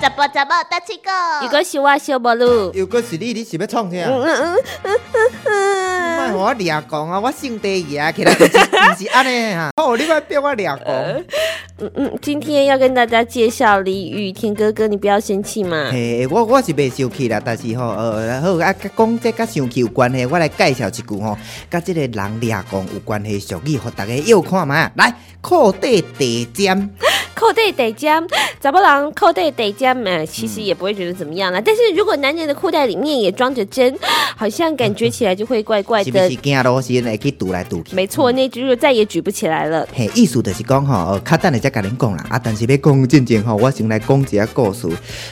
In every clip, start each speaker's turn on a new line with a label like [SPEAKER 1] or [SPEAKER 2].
[SPEAKER 1] 十八十八搭七个，
[SPEAKER 2] 如果是我小无路，
[SPEAKER 3] 又搁是你，你是要创啥？
[SPEAKER 2] 嗯嗯嗯嗯嗯
[SPEAKER 3] 莫
[SPEAKER 2] 嗯，
[SPEAKER 3] 互我掠讲啊！我性地伊啊，起来就是毋是安尼啊！哦，你莫逼我掠讲。
[SPEAKER 2] 嗯嗯，今天要跟大家介绍俚语，天哥哥你不要生气嘛。
[SPEAKER 3] 嘿，我我是袂生气啦，但是吼，呃，好啊，甲讲这甲生气有关系，我来介绍一句吼，甲即个人掠讲有关系俗语，互大家又看嘛。来，裤底地尖，
[SPEAKER 2] 扣对得尖，找不郎扣对得尖嘛，其实也不会觉得怎么样啦。但是如果男人的裤袋里面也装着针，好像感觉起来就会怪怪
[SPEAKER 3] 是毋
[SPEAKER 2] 的
[SPEAKER 3] 是。惊路是会去堵来堵去？
[SPEAKER 2] 没错，那只就再也举不起来了。
[SPEAKER 3] 嘿，意思就是讲吼，呃，较等下再甲恁讲啦。啊，但是要讲进前吼，我先来讲一个故事，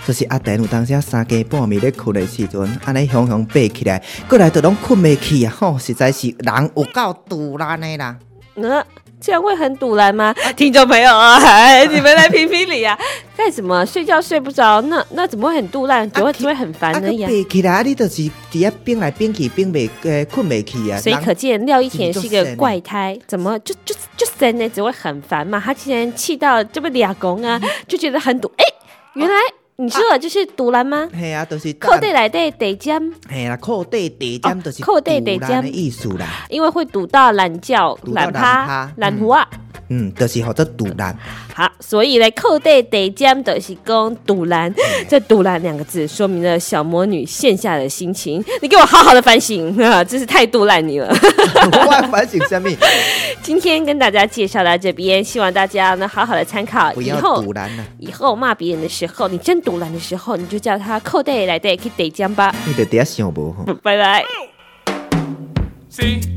[SPEAKER 3] 就是阿陈有当时啊三更半暝咧困的时阵，安尼雄雄爬起来，过来就拢困袂去啊！吼，实在是人有够堵啦的啦。
[SPEAKER 2] 嗯，这样会很堵然吗？听众朋友啊，哎你们来评评理啊！ 干什么？睡觉睡不着，那那怎么会很肚烂？只会只会很烦
[SPEAKER 3] 啊，
[SPEAKER 2] 而
[SPEAKER 3] 佮
[SPEAKER 2] 已啊。
[SPEAKER 3] 爬起来，啊，你就是伫遐变来变去，变袂呃困袂去啊。
[SPEAKER 2] 所以可
[SPEAKER 3] 人
[SPEAKER 2] 见廖一田是一个怪胎，怎么就就就神呢？只会很烦嘛。他竟然气到这么俩公
[SPEAKER 3] 嗯
[SPEAKER 2] 啊，就觉得很堵。哎、原来你说的就是堵然吗？
[SPEAKER 3] 嘿哦啊，就是
[SPEAKER 2] 扣对来对得尖，
[SPEAKER 3] 嘿啦，靠底地尖
[SPEAKER 2] 哦
[SPEAKER 3] 就是
[SPEAKER 2] 靠底地
[SPEAKER 3] 堵啦的
[SPEAKER 2] 尖
[SPEAKER 3] 意思啦。
[SPEAKER 2] 因为会堵到懒觉、
[SPEAKER 3] 堵到
[SPEAKER 2] 懒趴、
[SPEAKER 3] 懒趴
[SPEAKER 2] 懒糊啊。
[SPEAKER 3] 嗯，就是互做堵 啦。
[SPEAKER 2] 好，所以呢，扣对得尖的是公堵然，
[SPEAKER 3] 嗯
[SPEAKER 2] 这“堵然”两个字说明了小魔女线下的心情。你给我好好的反省，啊，真是太堵烂你了。
[SPEAKER 3] 我要反省什么？
[SPEAKER 2] 今天跟大家介绍到这边，希望大家呢好好的参考，
[SPEAKER 3] 不
[SPEAKER 2] 以
[SPEAKER 3] 要
[SPEAKER 2] 后
[SPEAKER 3] 堵啦啦，
[SPEAKER 2] 以后骂别人的时候，你真堵然的时候，你就叫他 扣对来对去得尖吧。
[SPEAKER 3] 你就伫遐想无吼。
[SPEAKER 2] 拜拜。
[SPEAKER 4] See